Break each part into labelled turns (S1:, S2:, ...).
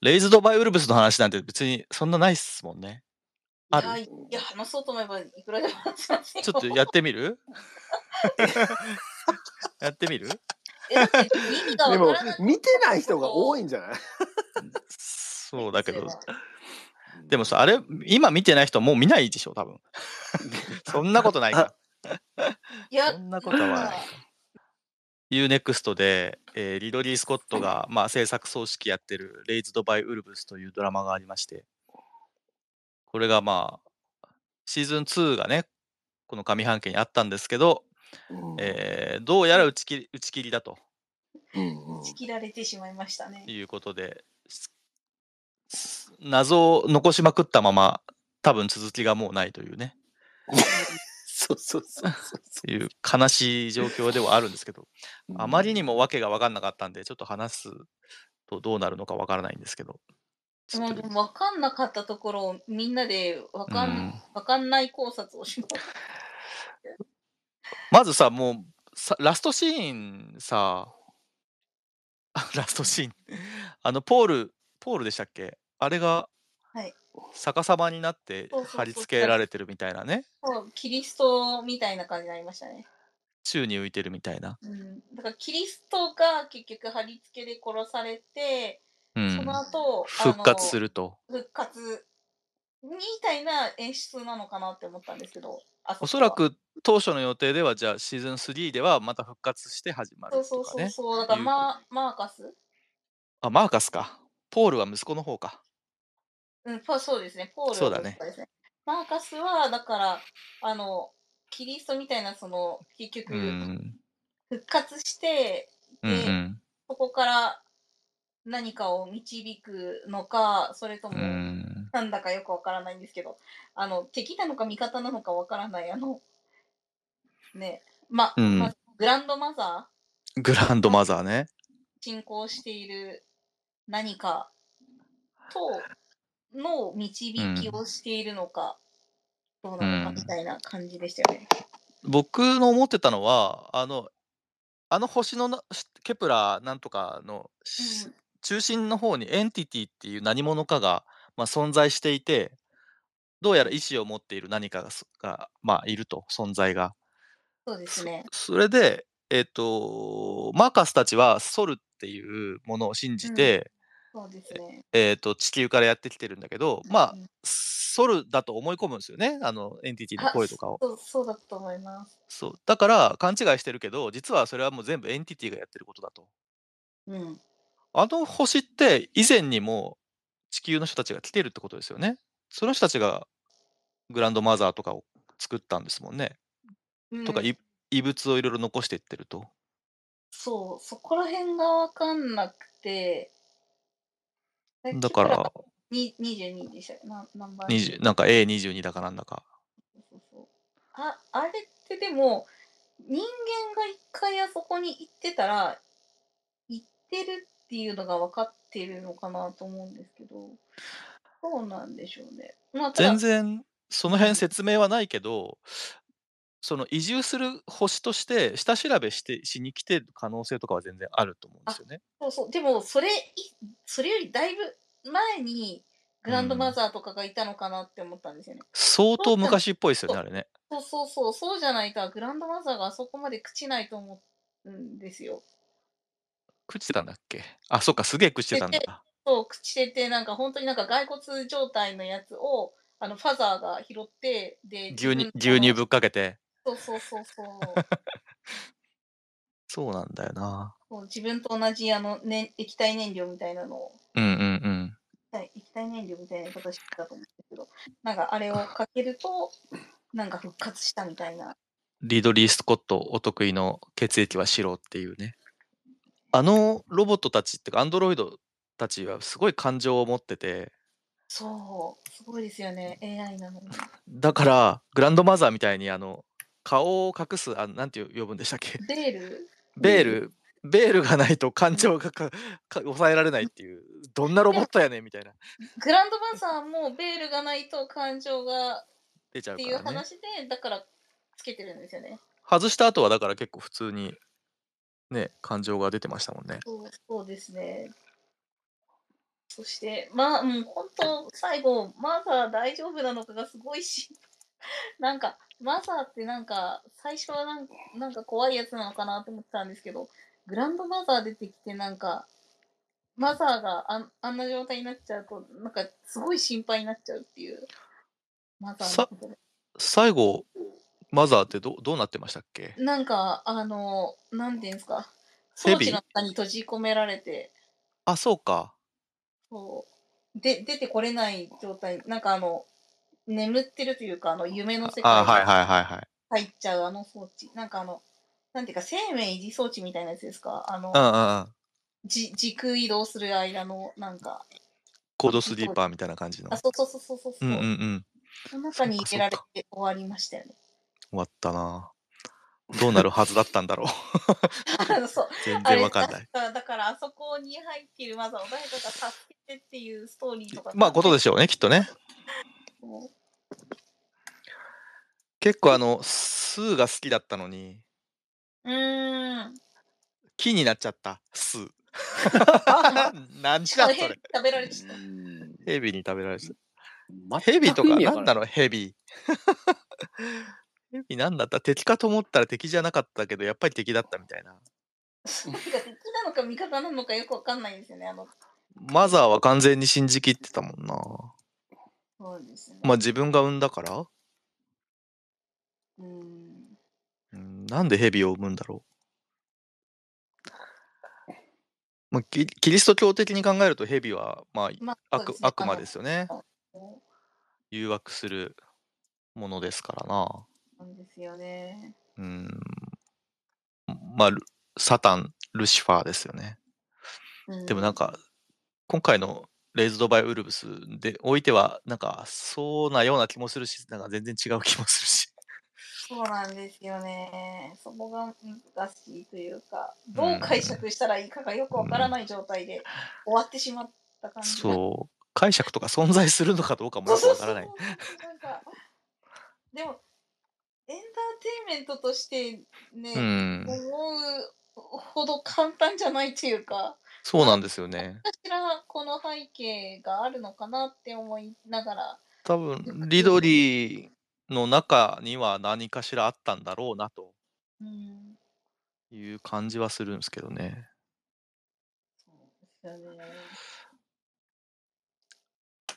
S1: レイズドバイウルブスの話なんて別にそんなないっすもんね。あ
S2: いや
S1: る
S2: いや、話そうと思えばいくらでも話せますよ。
S1: ちょっとやってみるやってみる
S2: えだって意味が
S3: でも
S2: わからない。
S3: 見てない人が多いんじゃない
S1: そうだけど
S2: ですよ。
S1: でもさ、あれ、今見てない人はもう見ないでしょ、多分。そんなことないか。
S2: いや
S1: そんなことはない
S2: まあ
S1: UNEXT で、えーリドリー・スコットが、まあ、制作総指揮やってる「レイズド・バイ・ウルブス」というドラマがありましてこれがまあシーズン2がねこの上半期にあったんですけど、
S3: うん
S1: えーどうやら打ち切り打ち切りだと
S3: うんうん
S2: 打ち切られてしまいましたね。
S1: いうことで、すす謎を残しまくったまま多分続きがもうないというね
S3: そうそうそうそうそ
S1: いう悲しい状況ではあるんですけど
S3: う。
S1: あまりにも訳が分かんなかったんでちょっと話すとどうなるのか分からないんですけど。ちょ
S2: も
S1: っ
S2: う
S1: と
S2: でも分かんなかったところをみんなで分かん,、
S1: うん
S2: 分かんない考察をしま
S1: まずさ、もうさラストシーンさ、あラストシーン、あの、ポール、ポールでしたっけあれが
S2: はい
S1: 逆さまになって
S2: そうそうそう
S1: 貼り付けられてるみたいなね、
S2: す。キリストみたいな感じになりましたね。
S1: 宙に浮いてるみたいな。
S2: うん、だからキリストが結局貼り付けで殺されて、
S1: うん
S2: その後
S1: 復活す
S2: る
S1: ると。
S2: 復活みたいな演出なのかなって思ったんですけどあこは
S1: おそらく当初の予定では、じゃあシーズン3ではまた復活して始まる
S2: そうそ
S1: と
S2: う
S1: か
S2: そう
S1: ね。
S2: そうだから
S1: いう
S2: マーマーカス、
S1: あ、マーカスか。ポールは息子の方か。
S2: うん、ポそうですねポール
S1: そうだね
S2: とかですねマーカスはだからあのキリストみたいなその結
S1: う
S2: 局
S1: ん。
S2: 復活して、
S1: うんう
S2: で
S1: ん。
S2: そこから何かを導くのかそれと
S1: う
S2: も、
S1: ん。
S2: なんだかよくわからないんですけど、あの、敵なのか味方なのかわからない、あの、ね、ま、
S1: うん
S2: まグランドマザー
S1: グランドマザーね。
S2: 信仰している何か との導きをしているのか、どうなのか
S1: うん
S2: みたいな感じでしたよね。
S1: 僕の思ってたのはあのあの星のなしケプラーなんとかのし、
S2: うん
S1: 中心の方にエンティティっていう何者かが、まあ、存在していてどうやら意志を持っている何かがそが、まあ、いると存在が。
S2: そうですね。
S1: それで、えっとマーカスたちはソルっていうものを信じて、
S2: そうですね。
S1: えっと地球からやってきてるんだけど、まあ
S2: うん、
S1: ソルだと思い込むんですよねあのエンティティの声とかを。
S2: そうそうだと思います。
S1: そうだから勘違いしてるけど実はそれはもう全部エンティティがやってることだと
S2: うん。
S1: あの星って以前にも地球の人たちが来てるってことですよねその人たちがグランドマザーとかを作ったんですもんね、とか
S2: うん
S1: い異物をいろいろ残していってると
S2: そう、そこら辺がわかんなくて、
S1: だか
S2: キプラ
S1: ら
S2: に22でしたよな何番
S1: 20なんか A22 だかなんだか
S2: そうそうああれってでも人間が一回あそこに行ってたら行ってるっていうのが分かってるのかなと思うんですけどそうなんでしょうね。まあ、ただ
S1: 全然その辺説明はないけどその移住する星として下調べしてしに来てる可能性とかは全然あると思うんですよね
S2: そうそうでもそれいそれよりだいぶ前にグランドマザーとかがいたのかなって思ったんですよね。
S1: 相
S2: そ
S1: 当
S2: うなん
S1: 昔っぽいですよねあれね
S2: そうそうそうそうじゃないとグランドマザーがあそこまで朽ちないと思うんですよ。
S1: 朽ちてたんだっけあそっかすげえ朽ちてたんだ
S2: そう、朽ちてて、なんか本当になんか骸骨状態のやつを、あの、ファザーが拾って、で、
S1: 牛乳
S2: 自分
S1: 牛
S2: の
S1: 乳ぶっかけて
S2: そうそうそうそう。
S1: そうなんだよな
S2: そう自分と同じ、あの、ね、液体燃料みたいなのを、
S1: うんうん
S2: はい液体燃料みたいな形だと思うんですけど、なんかあれをかけると、なんか復活したみたいな。
S1: うんリドリー・スコットお得意の血液は白っていうねあのロボットたちっていうかアンドロイドたちはすごい感情を持ってて
S2: そう、すごいですよね、AI なのに。
S1: だからグランドマザーみたいにあの顔を隠すあなんて呼ぶんでしたっけ
S2: ベール
S1: ベールベールがないと感情がかか抑えられないっていうどんなロボットやねんみたいな
S2: グランドマザーもベールがないと感情が
S1: 出ちゃ
S2: っ
S1: う
S2: て
S1: か
S2: いう
S1: らね
S2: 話で、だからつけてるんですよね。
S1: 外した後はだから結構普通にね感情が出てましたもんね
S2: そうそうですね。そして、まあ、うん、本当、最後、マザー大丈夫なのかがすごいし、 なんか、マザーってなんか、最初はなんなんか怖いやつなのかなと思ってたんですけど、グランドマザー出てきて、なんか、マザーがあんあんな状態になっちゃうと、なんか、すごい心配になっちゃうっていう、マザーのことで。
S1: 最後、マザーってどどうなってましたっけ
S2: なんか、あの、なんていうんですか、装
S1: ヘビ
S2: 置の中に閉じ込められて、
S1: あ、そうか。
S2: そうで出てこれない状態なんかあの眠ってるというかあの夢の世界
S1: あ
S2: に
S1: はいはいはいはい。
S2: 入っちゃうあの装置なんかあのなんていうか生命維持装置みたいなやつですかあの、
S1: うんうんうん。
S2: じ時空移動する間のなんか
S1: コードスリーパーみたいな感じの
S2: あ。そうそうそうそうそう、
S1: うんうんうん。
S2: その中に入れられ
S1: そっか
S2: て終わりました よね
S1: 終わったな。どうなるはずだったん だろう。
S2: あのそう
S1: 全
S2: あれ
S1: 然わかんない。
S2: だだからあそこに入っているマザーを誰かが助けてっていうストーリーとか
S1: まあ、ことで
S2: し
S1: しょうね、きっとね。
S2: ょ
S1: 結構あの、スーが好きだったのに、
S2: うーん
S1: 木になっちゃった、スー。 何
S2: ちょっ
S1: だそ
S2: と変
S1: れ。
S2: 食べられちゃった
S1: ヘビに食べられちゃっ
S3: ま
S1: た。ヘビとか、なんだ
S3: ろ
S1: ろう、ヘ ビ。ヘビなんだった敵かと思ったら敵じゃなかったけど、やっぱり敵だったみたいな。
S2: なんか敵なのか味方なのかよくわかんないですよね。あの、
S1: マザーは完全に信じきってたもんな。
S2: そうですね。
S1: まあ自分が産んだから、
S2: うん。
S1: うん、なんでヘビを産むんだろう。まあ、キキリスト教的に考えるとヘビは、ま
S2: ま
S1: あ、
S2: あ、。
S1: 悪悪魔ですすよね。
S2: あの
S1: 誘惑するものですからな。
S2: そうなんですよね。
S1: うん。まあ、ルサタン、ルシファーですよね。でもなん
S2: か、
S1: か、今回のレイズドバイウルブスでおいては、なんか、そうなような気もするし、なんか全然違う気もするし。
S2: そうなんですよね。そこが難しいというか、どう解釈したらいいかがよくわからない状態で終わってしまった感じ。
S1: そう。解釈とか存在するのかどうかも
S2: そ
S1: よ
S2: う
S1: く
S2: そ
S1: わから
S2: うそう
S1: ない。
S2: なんかでも、エンターテインメントとしてね、
S1: うん。
S2: 思うほど簡単じゃないというか。
S1: そうなんですよね。
S2: 何かしらこの背景があるのかなって思いながら、
S1: 多 分、リドリーの中には何かしらあったんだろうなと
S2: うん、
S1: いう感じはするんですけどね。
S2: そうですよね。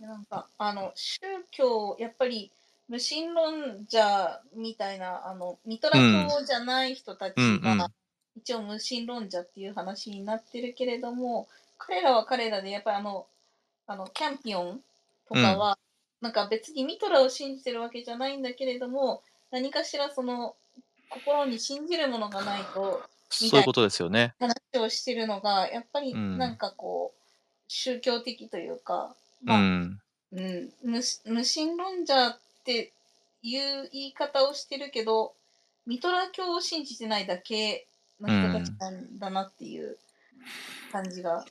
S2: でなんかあの宗教やっぱり無神論者みたいなあのミトラ教じゃない人たちが、
S1: うんうん
S2: 一応無神論者っていう話になってるけれども彼らは彼らでやっぱりあのあのキャンピオンとかは、なんか別にミトラを信じてるわけじゃないんだけれども何かしらその心に信じるものがないと
S1: そういうことですよね。
S2: 話をしてるのがやっぱり
S1: うん
S2: なんかこう、宗教的というか、
S1: う
S2: まあ
S1: ん。
S2: うん、無無神論者っていう言い方をしてるけどミトラ教を信じてないだけの人たちなんだなっていう感じが、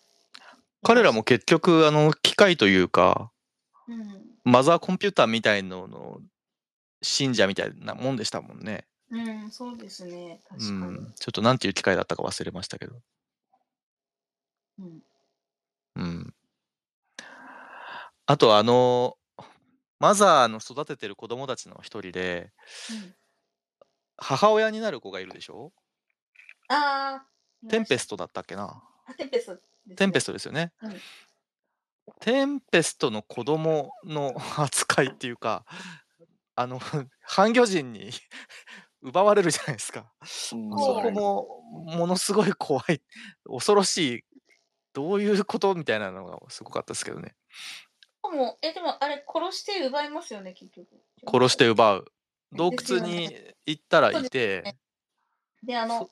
S1: 彼らも、結局、あの、機械というか、
S2: うん
S1: マザーコンピューターみたいのの信者みたいなもんでしたもんね。
S2: うん、そうですね
S1: う
S2: 確かに、
S1: ん。ちょっとなんていう機械だったか忘れましたけど。
S2: うん
S1: うん。あと、あの、マザーの育ててる子供たちの一人で、母親になる子がいるでしょ
S2: ああ
S1: テンペ
S2: ス
S1: ストだったっけな
S2: トテンペストですね
S1: テンペストですよね、
S2: うん
S1: テンペストの子供の扱いっていうかあの半魚人に 奪われるじゃないですか
S3: うん
S1: そ
S2: そ
S3: そう
S1: こ
S3: ね
S1: もものすごい怖い恐ろしいどういうことみたいなのがすごかったですけどね
S2: でもえでもあれ殺して奪いますよね結局
S1: 殺して奪う洞
S2: です
S1: 窟
S2: よね
S1: に行ったらい
S2: そうで
S1: て
S2: であの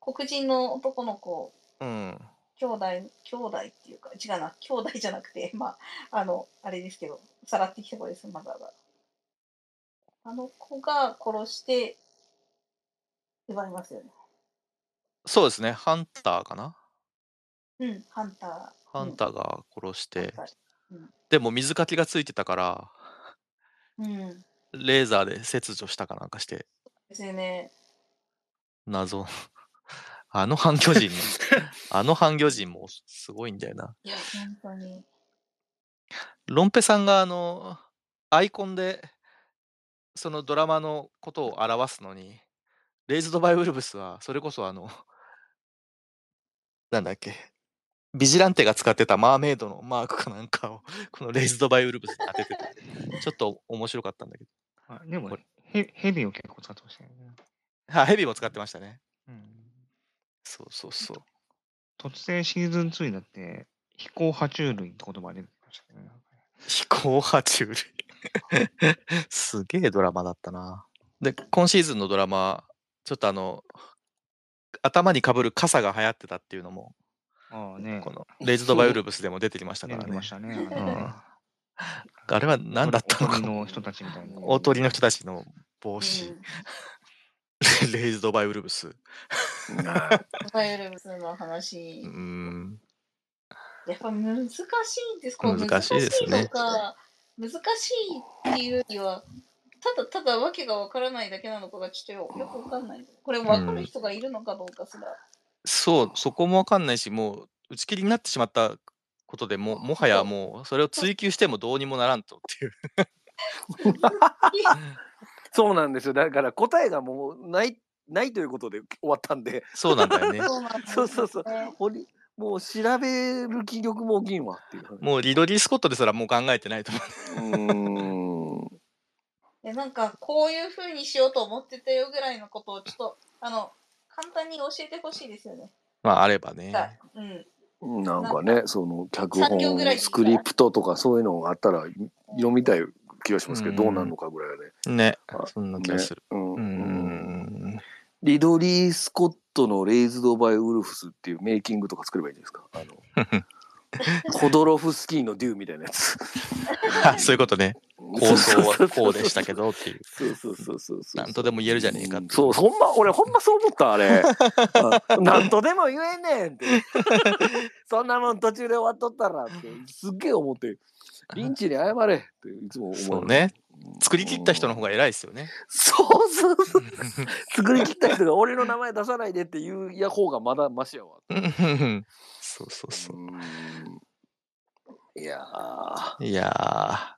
S2: 黒人の男の子
S1: うん
S2: 兄弟兄弟っていうか違うな兄弟じゃなくて まああのあれですけどさらってきた子ですマザーがあの子が殺して奪いますよね
S1: そうですねハンターかな
S2: うんハンター
S1: ハンターが殺し
S2: ー
S1: て、でも水かきがついてたから
S2: うん
S1: レーザーで切除したかなんかして
S2: ですよね
S1: 謎 あの半魚人のあの半魚人もすごいんだよな
S2: 本当に
S1: ロンペさんがあのアイコンでそのドラマのことを表すのに、レイズドバイウルブスはそれこそあの、なんだっけ、ビジランテが使ってたマーメイドのマークかなんかを、このレイズドバイウルブスに当ててて、ちょっと面白かったんだけど。
S4: あでも
S1: こ、
S4: へヘビを結構使ってましたよね。
S1: あ、ヘビも使ってましたね。
S4: うん
S1: そうそうそう。
S4: 突然シーズン2になって、飛行爬虫類って言葉が出てきましたね。
S1: 飛行爬虫類すげえドラマだったなで今シーズンのドラマちょっとあの頭にかぶる傘が流行ってたっていうのも
S4: ああね
S1: こ、の「レイズ・ド・バイ・
S3: そう
S1: ウルブス」でも出てきましたか
S4: 出
S1: ら
S4: て
S1: ね
S4: ましたね。
S1: う
S4: あれね
S1: ん、あれは何だったの
S4: おとり
S1: か
S4: の人たちみたいな。
S1: 大鳥の人たちの帽
S2: う
S1: 子
S2: ん
S1: 「レイズ・ド・バイ・ウルブス」
S2: バイオレブスの話
S1: うー。ん
S2: やっぱ難しいんです。こう
S1: 難しいですね
S2: 難しいとか難しいっていうよりは、ただただ訳がわからないだけなのかがちょっとよくわかんない。これわかる人がいるのかどうかすら。
S1: そうそこも分かんないしもう打ち切りになってしまったことでもうもはやもうそれを追求してもどうにもならんとって いう
S3: そうなんですよ。だから答えがもうないないということで終わったんで、
S1: そうなんだよね
S2: そうなんです
S3: そうそうそう。
S2: ね
S3: おりもう調べる気力も銀はっていう話。
S1: もうリドリー・スコットですらもう考えてないと思
S3: う
S2: でなんかこういう風にしようと思ってたよぐらいのことをちょっとあの簡単に教えてほしいですよね。
S1: う。まああればね。
S2: さうん。
S3: ーん。なんかね、その脚
S2: 三行ぐら
S3: 本、
S2: いでいい
S3: ス
S2: か
S3: ク
S2: ら
S3: リプトとかそういうのがあったら読みたい気がしますけど、どうなるのかぐらいはね。
S1: ね
S3: あ。
S1: そんな気がする。
S3: うん
S1: うーん。
S3: リドリー・スコットの「レイズド・バイ・ウルフス」っていうメイキングとか作ればいいんじゃないですか あのコドロフスキーの「デュー」みたいなやつ
S1: あ そういうことね。構想はこうでしたけ
S3: ど
S1: どっていう。
S3: そうそうそうそうそう
S1: なんとでも言えるじゃねえかっていう
S3: そうほんま俺ほんまそう思った あれあなんとでも言えねえって そんなもん途中で終わっとったらってすっげえ思ってリンチに謝れっていつも思
S1: そうね。作り切った人の方
S3: が
S1: が偉いですよね。
S3: そうそうそう作り切った人が俺の名前出さないでって言うや方がまだマシやわ。
S1: そうそうそう
S3: ーんいやー
S1: う。いや